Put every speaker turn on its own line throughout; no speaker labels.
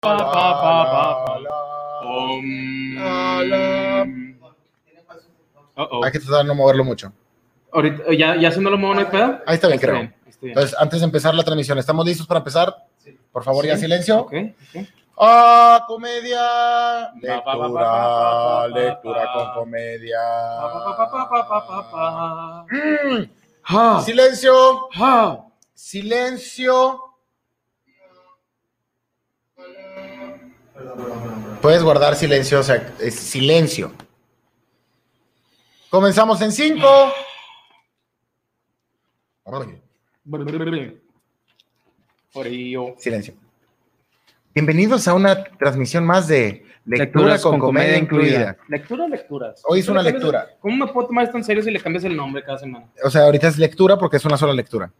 pa, pa, pa, pa, pa.
la.
Om.
La, la.
Oh, oh.
Hay que tratar de no moverlo mucho.
Ahorita, ya, ya si no lo muevo, no hay pedo.
Ahí está bien, creo.
está bien.
Entonces, antes de empezar la transmisión, ¿estamos listos para empezar? Por favor, ya
Sí.
silencio.
Ok, ok.
¡Ah, comedia!
Ba, ba, ba, ba, ba, ba, ba,
Lectura, lectura
ba.
con comedia.
Pa, pa, pa, pa, pa, pa, pa, pa.
Mm,
Ja,
Silencio,
ja.
silencio. Puedes guardar silencio, o sea, es silencio. Comenzamos en 5.
Frío.
Silencio. Bienvenidos a una transmisión más de Lectura con, comedia, incluida.
Lectura, lecturas.
Hoy es
¿Cómo
una
le cambias-
lectura.
¿Cómo me puedo tomar esto en serio si le cambias el nombre cada semana?
O sea, ahorita es lectura porque es una sola lectura.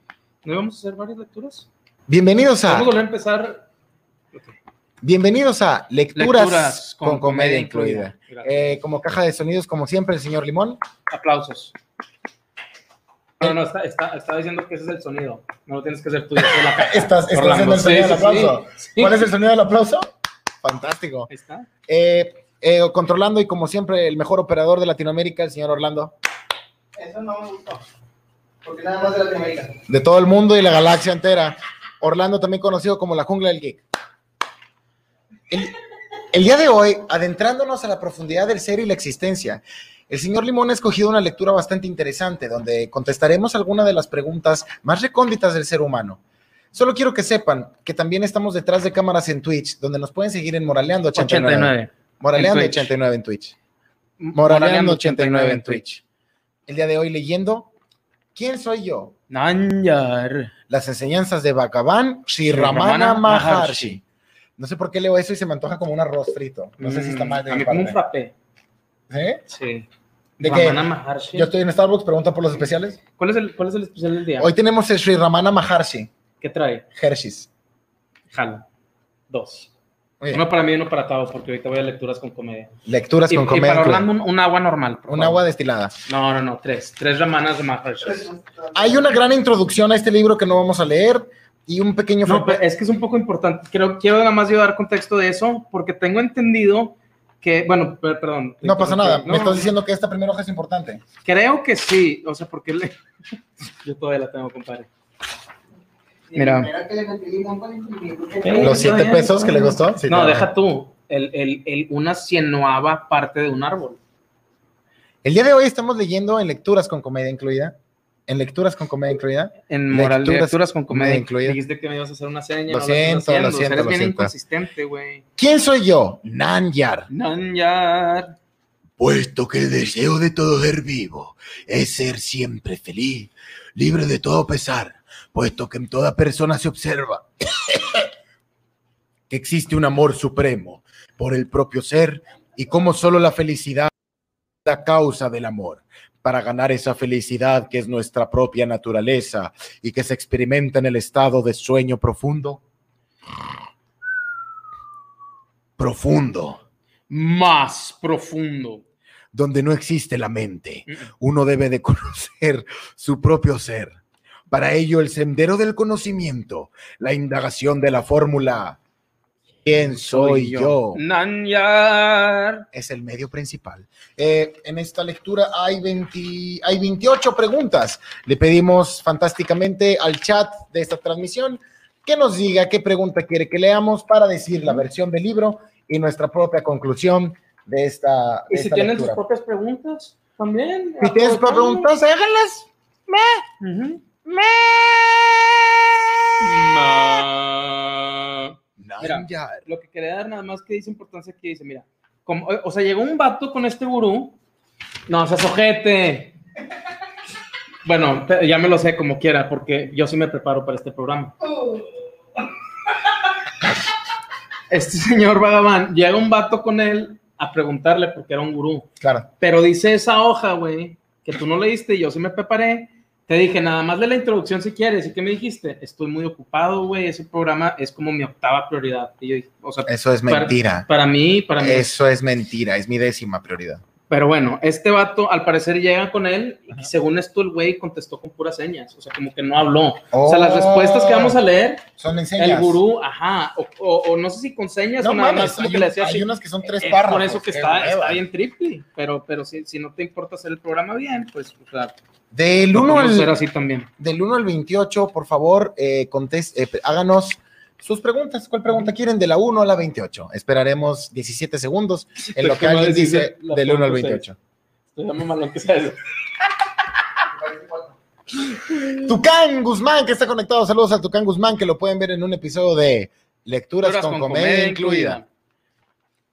¿No vamos a hacer varias lecturas?
Bienvenidos a
Vamos a volver a empezar.
Bienvenidos a Lecturas,
Lecturas
con, comedia, incluida.
Gracias.
Eh, como caja de sonidos, como siempre, el señor Limón.
Aplausos. No, no, está, está, está diciendo que ese es el sonido. No lo tienes que hacer tú. yo soy la caja.
Estás, estás haciendo
Orlando,
el sonido del
sí, sí,
aplauso.
sí.
¿Cuál es el sonido del aplauso? Fantástico.
Ahí está.
Eh, eh, controlando y como siempre, el mejor operador de Latinoamérica, el señor Orlando.
Eso no me gustó. Porque nada más de Latinoamérica.
De todo el mundo y la galaxia entera. Orlando también conocido como la jungla del geek. El, el día de hoy, adentrándonos a la profundidad del ser y la existencia, el señor Limón ha escogido una lectura bastante interesante donde contestaremos algunas de las preguntas más recónditas del ser humano. Solo quiero que sepan que también estamos detrás de cámaras en Twitch, donde nos pueden seguir en Moraleando 89. Moraleando
en Twitch.
89 en Twitch.
Moraleando
Moraleando 89 en Twitch. El día de hoy leyendo ¿Quién soy yo?
Nanyar.
Las enseñanzas de Bhagavan Sri Ramana Maharshi. No sé por qué leo eso y se me antoja como un arroz frito. No sé si está mal de
Mm, A
mi
mí como un
parte.
frappé.
¿Sí?
Sí.
¿De qué?
Ramana Maharshi.
Yo estoy en Starbucks, pregunta por los especiales.
¿Cuál, es el, ¿Cuál es el especial del día?
Hoy tenemos el Sri Ramana Maharshi,
¿Qué trae?
Hershey's.
Jalo. Dos.
Muy bien.
Uno para mí y uno para Tavo, porque ahorita voy a lecturas con comedia.
Lecturas
Y,
con
y
comedia.
para
incluida.
Orlando, un, un agua normal. por
Un
favor.
agua destilada.
No, no, no. Tres. Tres Ramanas de Maharshi.
Hay una gran introducción a este libro que no vamos a leer y un pequeño...
No,
fragmento-
pero es que es un poco importante. Quiero, quiero nada más yo dar contexto de eso, porque tengo entendido que, bueno, per- perdón. te
no pasa
interrumpí.
nada.
No,
me
no,
estás diciendo que esta primera hoja es importante.
Creo que sí, o sea, porque le- yo todavía la tengo, compadre. Mira.
Mira que le metí limón para imprimir, porque-
Sí,
Los
está
siete
bien,
pesos
está
que le
bien.
costó. sí,
no,
claro.
deja tú, el, el, el- una cienoava parte de un árbol.
El día de hoy estamos leyendo en Lecturas con Comedia Incluida. En Lecturas con Comedia Incluida.
En moral,
Lecturas-
lecturas, con comedia
comedia incluida.
Dijiste que me ibas a hacer una
Lo
seña. no estás
siento, lo
haciendo, o sea,
siento,
Eres
lo
bien
siento.
inconsistente, güey.
¿Quién soy yo? Nanyar.
Nanyar.
Puesto que el deseo de todo ser vivo es ser siempre feliz, libre de todo pesar, puesto que en toda persona se observa
Que existe un amor supremo por el propio ser y como solo la felicidad es la causa del amor. Para ganar esa felicidad que es nuestra propia naturaleza y que se experimenta en el estado de sueño profundo,
profundo,
Más profundo.
donde no existe la mente.
Mm.
Uno debe de conocer su propio ser. Para ello, el sendero del conocimiento, la indagación de la fórmula
Mm,
¿quién soy yo?
Nanyar.
Es el medio principal. Eh, en esta lectura hay, 20 hay 28 preguntas. Le pedimos fantásticamente al chat de esta transmisión que nos diga qué pregunta quiere que leamos para decir la versión del libro y nuestra propia conclusión de esta, de
Y si
esta
tienen sus
lectura.
propias preguntas, también.
Si tienes propias preguntas, háganlas.
Ujú. Mira.
Nanyar.
lo que quería dar nada más que dice importancia que dice, mira, como, o sea, llegó un vato con este gurú, no, se sojete. Bueno, te- ya me lo sé como quiera, porque yo sí me preparo para este programa. Este señor Vagabán, llega un vato con él a preguntarle porque era un gurú.
Claro.
Pero dice esa hoja, güey, que tú no leíste y yo sí me preparé. Te dije, nada más de la introducción si quieres. ¿Y qué me dijiste? Estoy muy ocupado, güey. Ese programa es como mi octava prioridad. Y yo dije, o sea,
Eso es mentira.
para mí, para mí.
Eso es mentira. Es mi décima prioridad.
Pero bueno, este vato al parecer llega con él y según esto el güey contestó con puras señas, o sea, como que no habló. O sea, las
Oh.
respuestas que vamos a leer,
Son en señas.
el gurú, ajá, o, o- o no sé si con señas
No
o nada
mames,
más como
hay,
que le decía
un- hay
así.
unas que son tres
Es
párrafos.
por eso que
qué
está,
hueva.
está bien triple, pero, pero si, si no te importa hacer el programa bien, pues, o sea,
Del
lo
1
podemos hacer
al,
así también.
del 1 al 28, por favor, eh, contest- eh, háganos sus preguntas. ¿Cuál pregunta quieren? De la 1 a la 28. Esperaremos 17 segundos en lo que
Te acabo de
alguien dice
decir la
del 1 al
punto seis.
28.
Estoy dando malo que sea eso.
Tucán Guzmán, que está conectado. Saludos a Tucán Guzmán, que lo pueden ver en un episodio de Lecturas, con, comedia, incluida.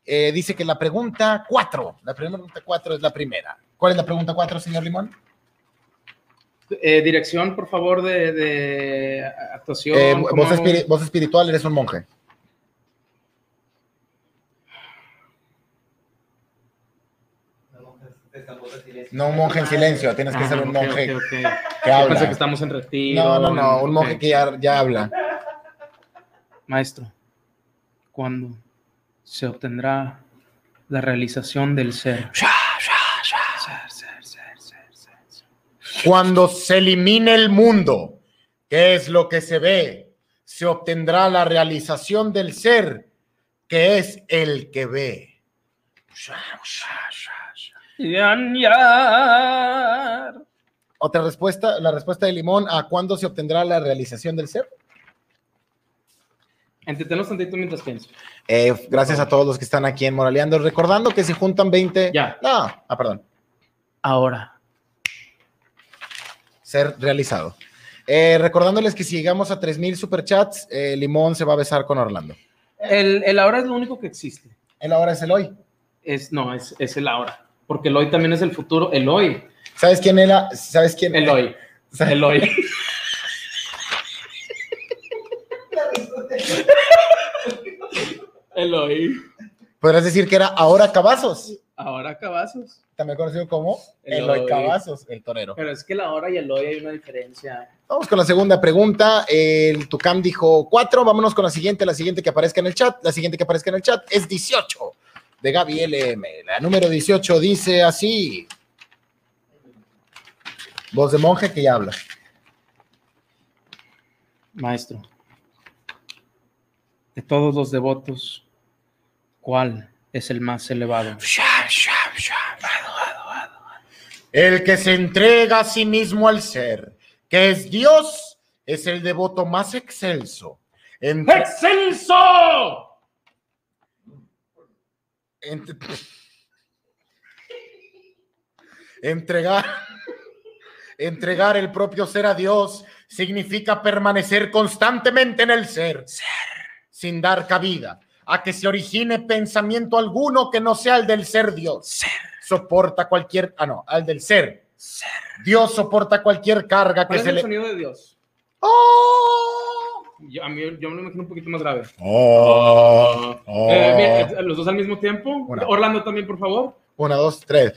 Eh, dice que la pregunta 4, la pregunta 4 es la primera. ¿Cuál es la pregunta 4, señor Limón?
Eh, dirección, por favor, de, de actuación.
Eh,
¿cómo
vos,
hago?
espiri- vos espiritual eres un monje. No un monje en silencio, tienes que
Ah,
ser un
ok,
monje
ok, ok.
que
Yo
habla.
pensé que estamos en retiro.
No, no, no, un
Ok.
monje que ya, ya habla.
Maestro, ¿cuándo se obtendrá la realización del ser? Ser, ser, ser, ser, ser, ser.
Cuando se elimine el mundo, que es lo que se ve, se obtendrá la realización del ser, que es el que ve.
Yan, yar.
Otra respuesta, la respuesta de Limón a cuándo se obtendrá la realización del ser.
Entretenlos tantito mientras pienso.
Eh, gracias a todos los que están aquí en Moraleando. Recordando que si juntan 20.
Ya.
No, ah, perdón.
Ahora.
Ser realizado. Eh, recordándoles que si llegamos a 3000 superchats, eh, Limón se va a besar con Orlando.
El, el ahora es lo único que existe.
El ahora es el hoy.
Es, no, es, es el ahora. Porque el hoy también es el futuro. El hoy.
¿Sabes quién era? ¿Sabes quién?
El hoy.
¿Sabes-
El hoy. El hoy.
Podrías decir que era ahora Cavazos,
Ahora cabazos.
también conocido como
El
el hoy
hoy.
Cavazos, el torero.
Pero es que la hora y el hoy hay una diferencia.
Vamos con la segunda pregunta. El Tucán dijo cuatro. Vámonos con la siguiente, la siguiente que aparezca en el chat. La siguiente que aparezca en el chat es 18 de Gaby LM. La número 18 dice así. Voz de monje que ya habla.
Maestro, de todos los devotos, ¿cuál es el más elevado?
El que se entrega a sí mismo al ser, que es Dios, es el devoto más excelso. Entre-
¡Excelso!
Ent- entregar, entregar el propio ser a Dios significa permanecer constantemente en el ser, sin dar cabida a que se origine pensamiento alguno que no sea el del ser Dios. Soporta cualquier, ah no, al del ser. Dios soporta cualquier carga que
¿Cuál es
se
el
le.
sonido de Dios?
¡Oh!
Yo, a mí, yo me lo imagino un poquito más grave.
¡Oh!
Eh, bien, eh, los dos al mismo tiempo.
Una.
Orlando también, por favor.
Una, dos, tres.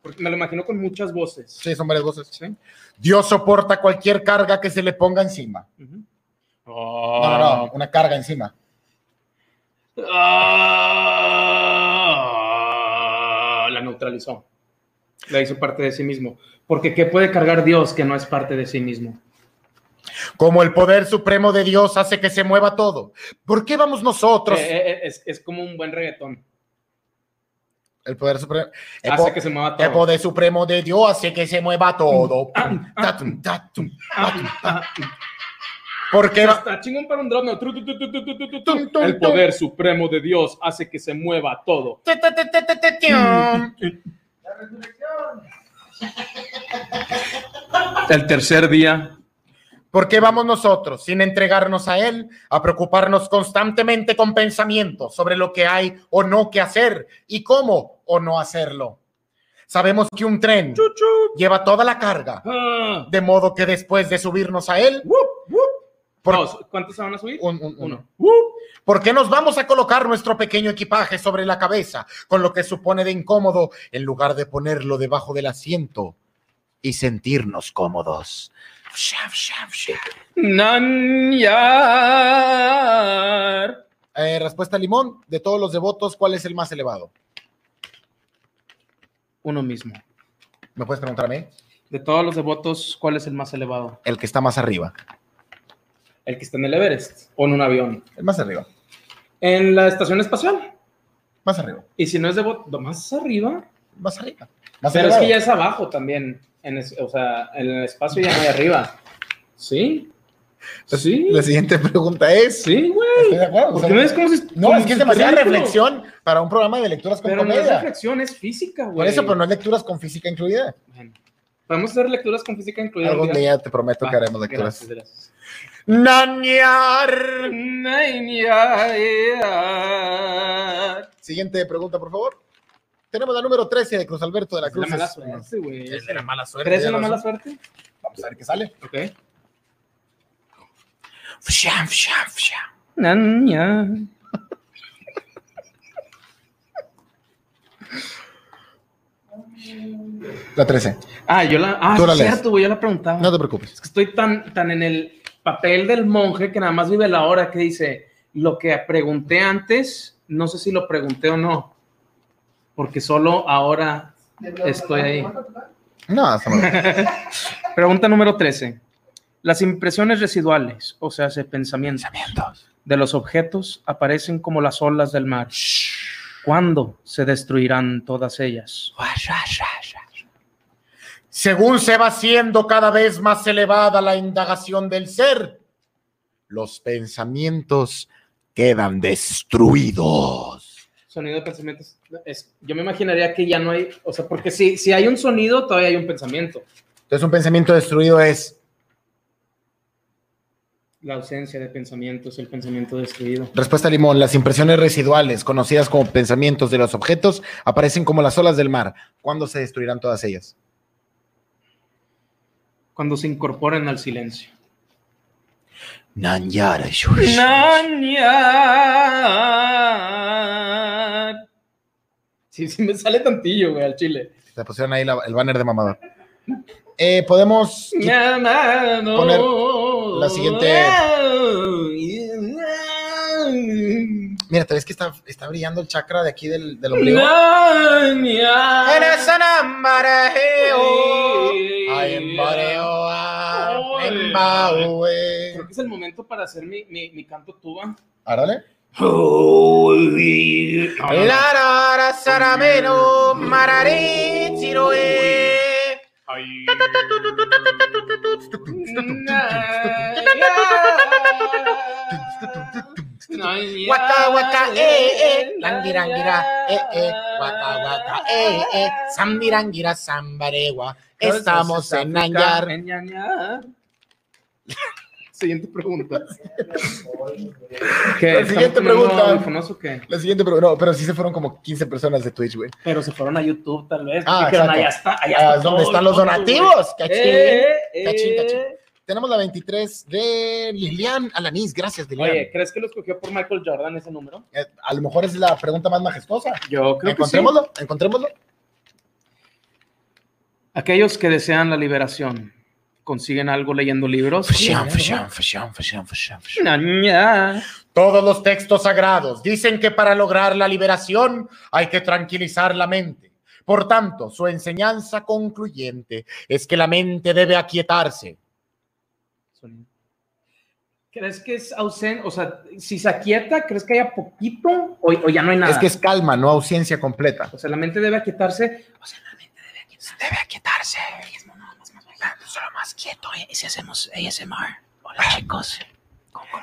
Porque me lo imagino con muchas voces.
Ah. Sí, son varias voces.
Sí.
Dios soporta cualquier carga que se le ponga encima.
Ujú.
No, no, no, una carga encima.
Ah, la neutralizó. La hizo parte de sí mismo. Porque ¿qué puede cargar Dios que no es parte de sí mismo?
Como el poder supremo de Dios hace que se mueva todo. ¿Por qué vamos nosotros?
Eh, eh, eh, es, es como un buen reggaetón.
el poder supremo. El, po-
Hace que se mueva
el
todo.
poder supremo de Dios hace que se mueva todo. Tatum, tatum.
Ah, ah, ah.
¿Por qué va-
Está chingón para un drone. Tru, tu, tu, tu, tu, tu, tu, tu.
Tum, tum,
El
tum.
poder supremo de Dios hace que se mueva todo.
Te, te, te, te, te, te, tium.
La resurrección.
El tercer día.
¿Por qué vamos nosotros, sin entregarnos a Él, a preocuparnos constantemente con pensamientos sobre lo que hay o no que hacer y cómo o no hacerlo? Sabemos que un tren lleva toda la carga,
Ah.
de modo que después de subirnos a Él, por-
¿Cuántos se van a subir?
un- un- uno.
Uno.
¿Por qué nos vamos a colocar nuestro pequeño equipaje sobre la cabeza, con lo que supone de incómodo, en lugar de ponerlo debajo del asiento y sentirnos cómodos?
Uh, Nanyar.
Eh, respuesta Limón, de todos los devotos, ¿cuál es el más elevado?
Uno mismo.
¿Me puedes preguntar a mí?
De todos los devotos, ¿cuál es el más elevado?
El que está más arriba.
El que está en el Everest o en un avión.
El más arriba.
En la estación espacial.
Más arriba.
Y si no es devoto, más arriba.
Más arriba. Más
Pero es
elevado.
que ya es abajo también. En es- o sea, en el espacio ya no hay arriba. ¿Sí? Sí.
La siguiente pregunta es.
Sí, güey.
Estoy de acuerdo.
¿Por
Pues, o sea,
qué no es como si-
no,
como
es que
si
es demasiada
ridículo?
reflexión para un programa de lecturas con
Pero no es
comedia.
reflexión, es física, güey.
Por eso, pero no es lecturas con física incluida.
Bueno, Podemos hacer lecturas con física incluida.
Algún
¿verdad?
día te prometo
Va,
que haremos lecturas.
gracias, gracias.
¡Nañar!
Ay, ay, ay.
Siguiente pregunta, por favor. Tenemos la número 13 de Cruz Alberto de la
Es la
Cruz.
mala
Es-
suerte, güey.
es de la mala suerte.
¿Crees en la
ya lo
mala
sé.
suerte?
Vamos a ver qué sale.
Ok.
Fsham, fsham, fsham.
La 13.
Ah, yo la. Ah,
Tú la
sí,
lees.
cierto, güey, yo la preguntaba.
No te preocupes.
Es que estoy tan, tan en el papel del monje que nada más vive la hora que dice lo que pregunté antes, no sé si lo pregunté o no, porque solo ahora Estoy ahí.
No, hasta luego.
Pregunta número 13. Las impresiones residuales, o sea, ese pensamiento
Pensamientos.
de los objetos aparecen como las olas del mar. ¿Cuándo se destruirán todas ellas?
Wash, wash, wash, wash.
Según se va haciendo cada vez más elevada la indagación del ser, los pensamientos
Quedan destruidos.
Sonido de pensamientos. es- yo me imaginaría que ya no hay, o sea, porque si, si hay un sonido, todavía hay un pensamiento.
Entonces un pensamiento destruido es
La ausencia de pensamientos, el pensamiento destruido.
respuesta limón. Las impresiones residuales, conocidas como pensamientos de los objetos, aparecen como las olas del mar. ¿Cuándo se destruirán todas ellas?
Cuando se incorporen al silencio.
Nanyar.
Sí, sí me sale tantillo, güey, al chile.
Te pusieron ahí la- el banner de mamador. Eh, podemos.
Poner
la siguiente. Mira, te ves que está, está brillando el chakra de aquí del, del ombligo.
Eres
¡Eh, oh!
Creo que es el momento para hacer mi, mi, mi canto tuba.
Árale.
Guata, guata, eh, eh, langirangira, eh, eh, guata, guata, eh, eh, sambirangira.
sambaregua.
Estamos en Nanyar. Siguiente pregunta.
La
¿Estamos
siguiente
poniendo
pregunta.
audífonos o qué?
La siguiente, pero no, pero sí se fueron como 15 personas de Twitch, güey.
Pero se fueron a YouTube, tal vez.
Ah, exacto.
dijeron, allá está, allá
Ah,
está
¿Dónde
todo
están
el
los
mundo, güey".
donativos? Cachín.
Eh,
Cachín,
eh.
cachín. Tenemos la 23 de Lilian Alanís. Gracias, Lilian.
Oye, ¿crees que lo escogió por Michael Jordan ese número?
Eh, a lo mejor es la pregunta más majestuosa.
Yo creo que sí.
encontrémoslo, encontrémoslo.
Aquellos que desean la liberación consiguen algo leyendo libros.
Pues,
Fsham, fsham, fsham, fsham, fsham, fsham.
Ñaña.
Todos los textos sagrados dicen que para lograr la liberación hay que tranquilizar la mente. Por tanto, su enseñanza concluyente es que la mente debe aquietarse.
Sonido. ¿Crees que es ausente? O sea, si se aquieta, ¿crees que haya poquito o, o ya no hay nada?
Es que es calma, no ausencia completa.
O sea, la mente debe aquietarse. O sea, la mente debe aquietarse.
Debe aquietarse. Solo más quieto, ¿eh? Si hacemos ASMR. Hola, chicos.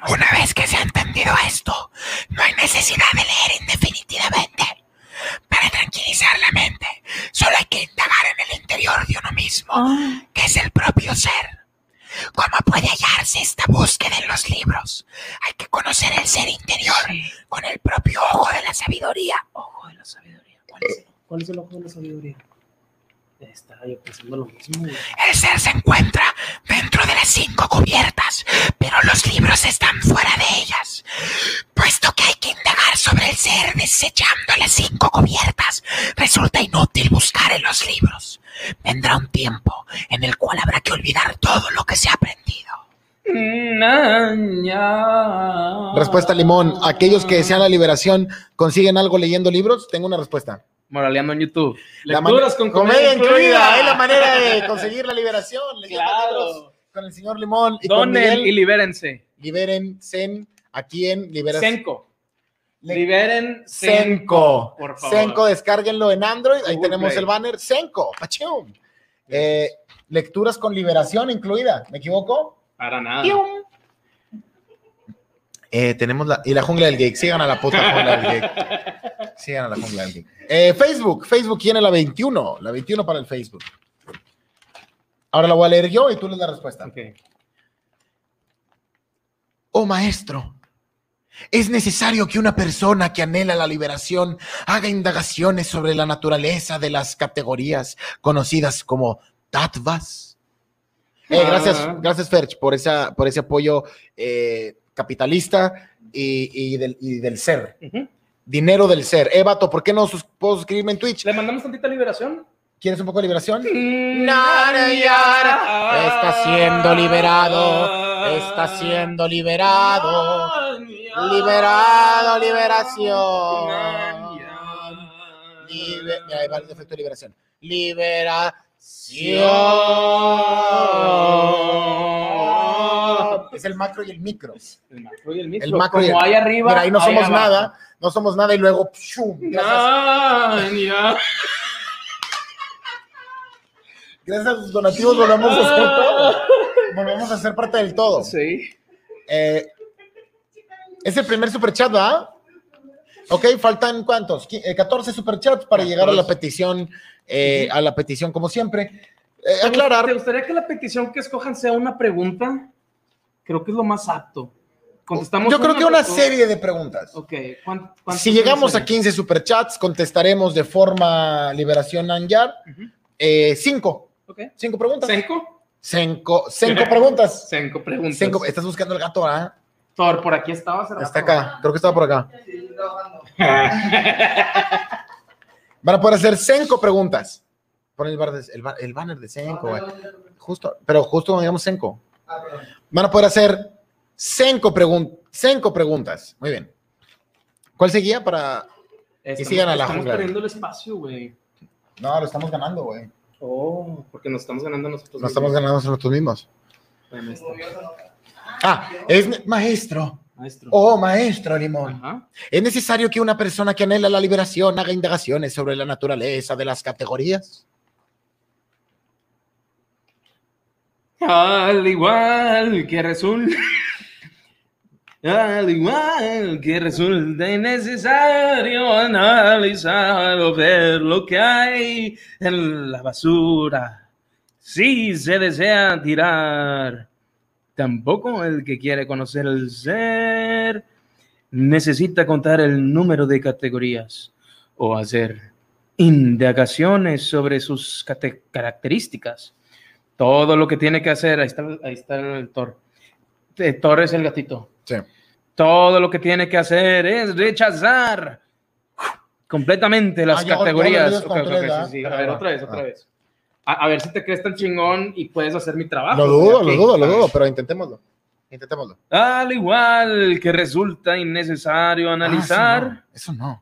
Una vez que se ha entendido esto, no hay necesidad de leer indefinidamente. Para tranquilizar la mente, solo hay que indagar en el interior de uno mismo,
Ah.
que es el propio ser. ¿Cómo puede hallarse esta búsqueda en los libros? Hay que conocer el ser interior con el propio ojo de la sabiduría.
Ojo de la sabiduría. ¿Cuál es, cuál es el ojo de la sabiduría? Estaba yo pensando lo mismo. güey.
El ser se encuentra dentro de las cinco cubiertas, pero los libros están fuera de ellas. Puesto que hay que indagar sobre el ser desechando las cinco cubiertas, resulta inútil buscar en los libros. Vendrá un tiempo en el cual habrá que olvidar todo lo que se ha aprendido.
Mm, engañar.
Respuesta Limón. Aquellos que desean la liberación consiguen algo leyendo libros. Tengo una respuesta.
Moraleando en YouTube.
La
Lecturas
mane-
con comedia incluida.
Es la manera de conseguir la liberación. Leyendo libros
Claro.
con el señor Limón y con
Donen
Miguel.
y libérense.
Liberen Zen. ¿A quién liberas?
Senko.
Le-
Liberen Senko.
Senko.
Por favor.
Senko, descárguenlo en Android. Ahí
Google
tenemos
Play.
el banner. Senko. Pachum. Eh, lecturas con liberación incluida. ¿Me equivoco?
Para nada.
Eh, tenemos la, y la jungla del geek. Sigan a la puta jungla del geek. Sigan a la jungla del geek. Eh, Facebook. Facebook tiene la 21. La 21 para el Facebook. Ahora la voy a leer yo y tú lees la respuesta.
Ok.
Oh maestro, es necesario que una persona que anhela la liberación haga indagaciones sobre la naturaleza de las categorías conocidas como tattvas. Eh, gracias,
Ah.
gracias Ferch por, esa, por ese apoyo eh, capitalista y, y del, y del ser,
Ujú.
dinero del ser. Eh, vato, ¿por qué no sus- puedo suscribirme en Twitch?
¿Le mandamos tantita liberación?
¿Quieres un poco de liberación?
Nara Yara.
Está siendo liberado, está siendo
Ah.
liberado. Liberado, liberación. Libe- Mira, ahí va el efecto de liberación. Liberación. Es el macro y el micro.
El macro y el micro.
El macro y
Como
el-
hay arriba.
Mira, ahí no
hay
somos
abajo.
nada, no somos nada y luego ¡pshum! Gracias,
Narnia.
gracias a sus donativos volvemos a ser todo.
Ah.
Volvemos a ser parte del todo.
Sí.
Eh, es el primer superchat, ¿verdad? Ok, faltan cuántos? Qui- eh, 14 superchats para llegar a la
14.
petición, eh, a la petición como siempre. Eh, aclarar,
¿Te gustaría que la petición que escojan sea una pregunta? Creo que es lo más apto. Contestamos.
yo creo que una
pero-
serie de preguntas.
Ok. ¿cuán- cuántas
Si llegamos
son?
a 15 superchats, contestaremos de forma liberación Anyar.
Ujú.
eh, cinco.
Ok.
Cinco preguntas.
¿Senco?
Cinco, cinco preguntas.
Senco preguntas.
Cinco. Estás buscando el gato, ¿ah?
Thor, por aquí estaba. hace
Está
rato.
acá. Creo que estaba por acá.
Sí, estoy trabajando.
Van a poder hacer cinco preguntas. Pon el, bar de- el, ba- el banner de cinco, güey. Justo, pero justo cuando digamos cinco.
Ah, perdón.
Van a poder hacer cinco, pregun- cinco preguntas. Muy bien. ¿Cuál seguía para...?
Estamos-
sigan a la
Estamos
jungla.
perdiendo el espacio, güey.
No, lo estamos ganando, güey.
Oh, porque nos estamos ganando nosotros.
Lo estamos ganando nosotros mismos.
Bueno, está.
Orgulloso, ¿no?
Ah, es ne- maestro.
Maestro.
Oh, maestro Limón.
Ajá.
¿Es necesario que una persona que anhela la liberación haga indagaciones sobre la naturaleza de las categorías?
Al igual que resulta. Al igual que resulta necesario analizar o ver lo que hay en la basura. Si se desea tirar, tampoco el que quiere conocer el ser necesita contar el número de categorías o hacer indagaciones sobre sus cate- características todo lo que tiene que hacer, ahí está, ahí está el Thor. Eh, Thor es el gatito.
Sí.
Todo lo que tiene que hacer es rechazar completamente las
Ah, ya, ya lo
categorías.
lees con
Ok, ok,
tres,
sí,
¿verdad?
sí, A ver, otra vez, otra
Ah.
vez. A, a ver si te crees tan chingón y puedes hacer mi trabajo.
Lo dudo,
Ah, Ok,
lo dudo, lo
a ver.
dudo, pero intentémoslo. Intentémoslo.
Al igual que resulta innecesario analizar.
Ah, eso no.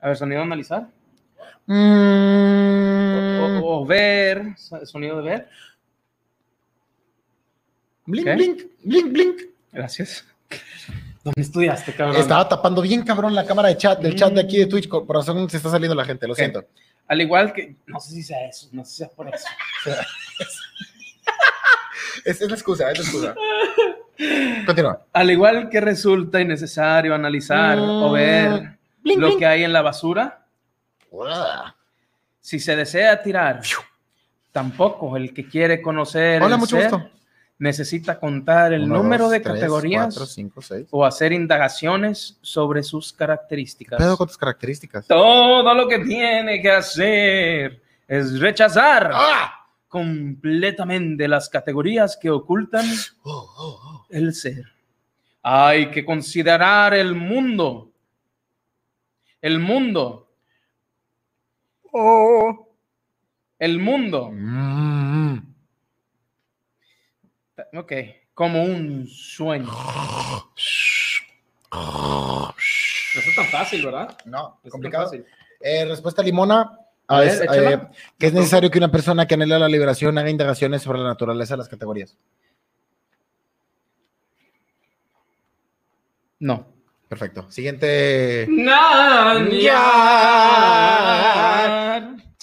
A ver, sonido de analizar.
eso no. Mm,
O, o ver. so- Sonido de ver.
blink,
¿qué?
blink, blink, blink.
Gracias. ¿Dónde estudiaste, cabrón?
Estaba tapando bien cabrón la cámara de chat, del chat de aquí de Twitch. co- Por razón se está saliendo la gente, lo
Ok.
siento.
Al igual que, no sé si sea eso, no sé si sea por eso.
Es, es la excusa, es la excusa. Continúa.
Al igual que resulta innecesario analizar
Mm,
o ver
Blink,
lo
blink.
que hay en la basura,
Hola,
si se desea tirar, tampoco el que quiere conocer el
mucho
ser
gusto.
necesita contar el
Uno,
número
dos,
de
tres,
categorías
Cuatro, cinco, seis.
o hacer indagaciones sobre sus características.
Pedo con tus características.
Todo lo que tiene que hacer es rechazar
¡Ah!
completamente las categorías que ocultan
Oh, oh, oh.
el ser. Hay que considerar el mundo. El mundo. El mundo. mm.
Mm.
Ok. como un sueño. No es tan fácil, ¿verdad?
No,
No es tan
complicado.
fácil.
Eh, respuesta limona.
A
Ah,
ver,
es,
échala.
eh, que es necesario que una persona que anhela la liberación haga indagaciones sobre la naturaleza de las categorías.
No.
Perfecto. Siguiente. Si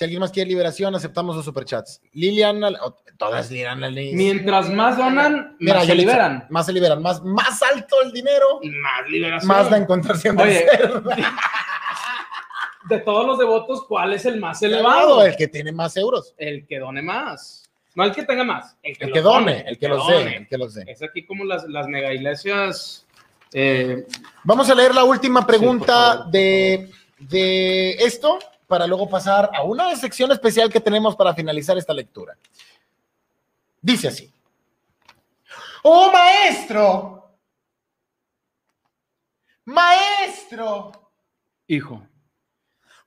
alguien más quiere liberación, aceptamos los superchats. Lilian, Al- o- todas Lilian Alanis.
Mientras más donan,
Mira,
más
yo
se
le-
liberan.
Más se liberan, más, más alto el dinero,
Y Más liberación.
más la encontración del
Oye,
ser.
De todos los devotos, ¿cuál es el más elevado?
El que tiene más euros.
El que done más. No el que tenga más. El que,
El
los
que done, el que los dé, el que los dé.
Es aquí como las, las mega iglesias. eh,
Vamos a leer la última
Sí, por
pregunta
favor.
de, de esto para luego pasar a una sección especial que tenemos para finalizar esta lectura. Dice así. ¡Oh, maestro! ¡Maestro!
hijo,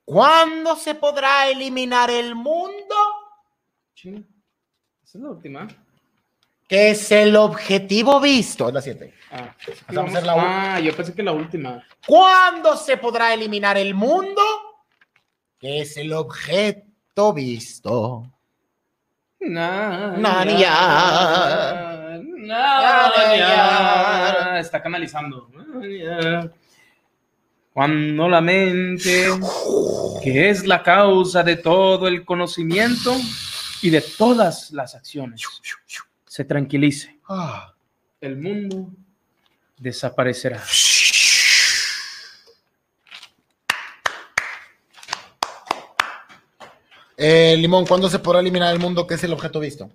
¿Cuándo se podrá eliminar el mundo?
chinga. Esa es la última.
Que es el objetivo visto. Es la siete.
Ah,
Vamos a hacer la u-
Ah, yo pensé que la última.
¿Cuándo se podrá eliminar el mundo? Que es el objeto visto.
Na-
Nariar.
ya. Nariar. Está canalizando. Nariar. Cuando la mente, que es la causa de todo el conocimiento y de todas las acciones, se tranquilice,
Ah.
el mundo desaparecerá.
Eh, Limón, ¿cuándo se podrá eliminar el mundo que es el objeto visto?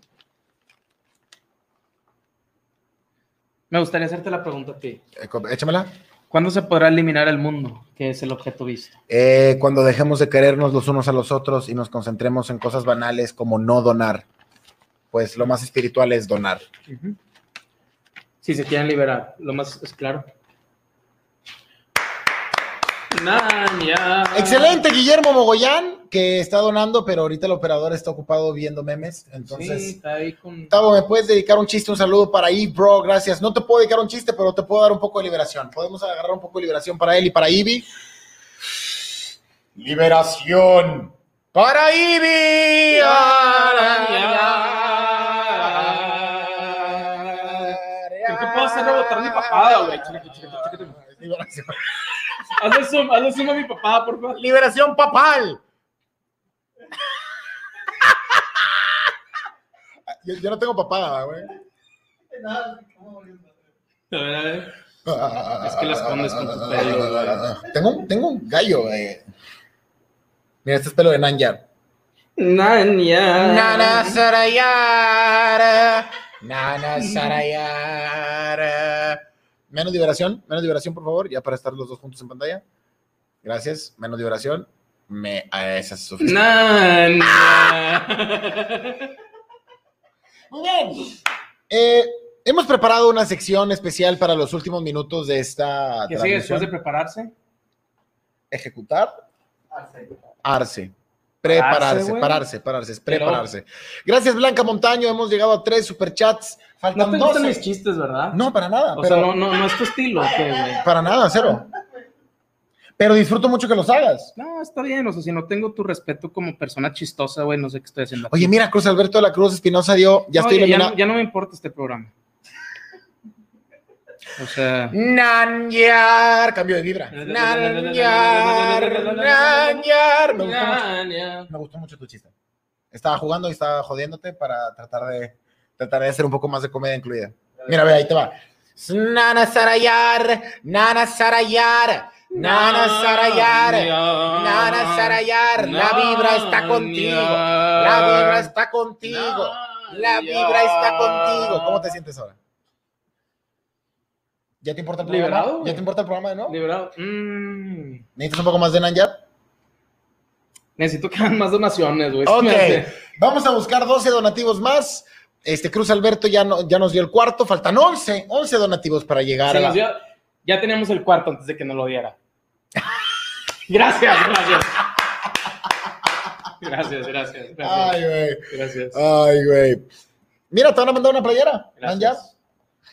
Me gustaría hacerte la pregunta a ti.
Eh, co- échamela.
¿Cuándo se podrá eliminar el mundo, que es el objeto visto?
Eh, cuando dejemos de querernos los unos a los otros y nos concentremos en cosas banales como no donar. Pues lo más espiritual es donar.
Ujú. Si se quieren liberar, lo más es claro. Nania.
Excelente, Guillermo Mogollán, que está donando, pero ahorita el operador está ocupado viendo memes. Entonces,
Sí, está ahí con...
Tavo, ¿me puedes dedicar un chiste? Un saludo para Eve, bro, gracias. No te puedo dedicar un chiste, pero te puedo dar un poco de liberación. Podemos agarrar un poco de liberación para él y para Ivy. Liberación para Ivy.
Creo que puedo hacer rebotar mi papada, güey. Chécate, chécate, chécate.
Liberación.
Hazle zoom, hazle zoom a mi papá, por favor.
Liberación papal. Yo, yo no tengo papada, güey.
Nada, ¿cómo volviendo?
A ver, a ver.
Es
que la escondes con tu pelo, güey.
Tengo, un- tengo un gallo, güey. Mira, este es pelo de Nanyar.
Nania.
Sarayara. Nana Sarayara. Menos liberación, menos liberación, por favor, ya para estar los dos juntos en pantalla. Gracias, menos liberación. Me, ah, esa es suficiente.
Nania.
Muy bien. Eh, hemos preparado una sección especial para los últimos minutos de esta
¿Qué sigue después
transmisión.
de prepararse?
Ejecutar
Arce.
Arse. Prepararse,
güey.
pararse, pararse, es prepararse. Gracias, Blanca Montaño. Hemos llegado a tres superchats.
No
Faltan
te gustan mis
12.
chistes, ¿verdad?
No, para nada.
O
pero
sea, no, no, no es tu estilo, ¿o qué, güey?
Para nada, cero. Pero disfruto mucho que los hagas.
No, está bien, o sea, si no tengo tu respeto como persona chistosa, güey, no sé qué estoy haciendo.
Oye, mira, Cruz Alberto de la Cruz Espinosa dio. Ya estoy
Oye,
iluminado.
no- ya no me importa este programa. O sea,
Nanyar. Cambio de vibra. Nanyar. Nanyar. Me gustó mucho. Me gustó mucho tu chiste. Estaba jugando y estaba jodiéndote para tratar de tratar de hacer un poco más de comedia incluida. Mira, ve, ahí te va. Nana Sarayar, Nana Sarayar, Nana Sarayar, Nana Sarayar, la vibra está contigo, la vibra está contigo, la vibra está contigo. ¿Cómo te sientes ahora? ¿Ya te importa el programa?
Liberado, güey.
¿Ya te importa el programa de nuevo?
Liberado. Mm.
¿Necesitas un poco más de Nanyar?
Necesito que hagan más donaciones, güey.
Ok,
Se me hace-
vamos a buscar 12 donativos más. Este Cruz Alberto ya, no, ya nos dio el cuarto, faltan 11, 11 donativos para llegar
se
a la...
nos dio- Ya teníamos el cuarto antes de que nos lo diera. Gracias, gracias. Gracias, gracias. Gracias.
Ay, güey.
gracias.
Ay, güey. Mira, te van a mandar una playera. ¿Van ya?
gracias.